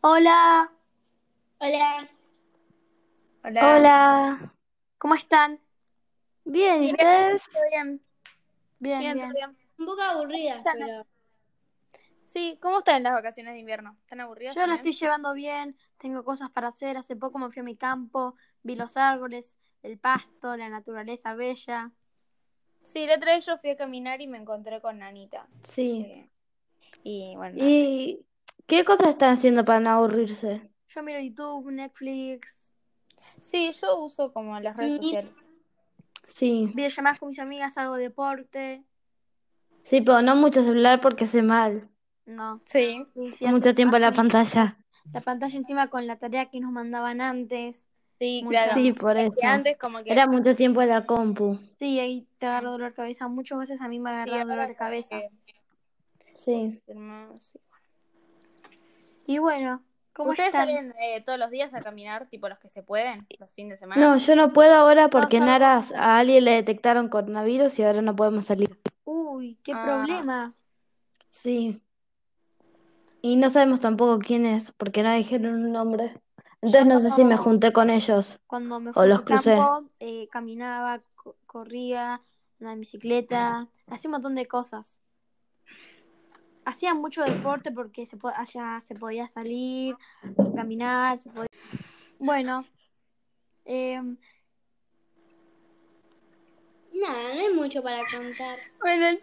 Hola, Hola. Hola, hola, ¿cómo están? bien, ¿y Bien. ustedes? ¿Todo bien? Bien, bien. Bien, todo bien. Un poco aburrida, Sana. pero Sí, ¿cómo están las vacaciones de invierno? ¿Están aburridas? Yo lo estoy también? llevando bien, tengo cosas para hacer. Hace poco me fui a mi campo, vi los árboles, el pasto, la naturaleza bella. Sí, la otra vez yo fui a caminar y me encontré con Anita. Sí. eh, y bueno, nada. ¿Y qué cosas están haciendo para no aburrirse? Yo miro YouTube, Netflix, Sí, yo uso como las redes Y- sociales. Sí. videollamadas con mis amigas, hago deporte. Sí, pero no mucho celular porque hace mal. No, Sí. sí, sí, hace- Mucho tiempo en la pantalla. la pantalla encima con la tarea que nos mandaban antes. Sí, Mucho. claro. Sí, por eso. Y antes como que... Era mucho tiempo en la compu. Sí, ahí te agarra dolor de cabeza. Muchas veces a mí me sí, agarra dolor ahora de como cabeza. que- Sí. hermanos, sí. Y bueno, ¿cómo ¿Ustedes están? salen eh, todos los días a caminar, tipo los que se pueden, los fines de semana? No, yo no puedo ahora porque en salgo. Aras a alguien le detectaron coronavirus y ahora no podemos salir. Uy, qué Ah. problema. Sí. Y no sabemos tampoco quién es porque no dijeron un nombre. Entonces no sé si me junté con ellos Cuando me o fui los al crucé. campo, eh, caminaba, co- corría, andaba en bicicleta, hacía un montón de cosas. Hacía mucho deporte porque se po- allá se podía salir, caminar, se podía... Bueno, eh, nada, no hay mucho para contar. Bueno,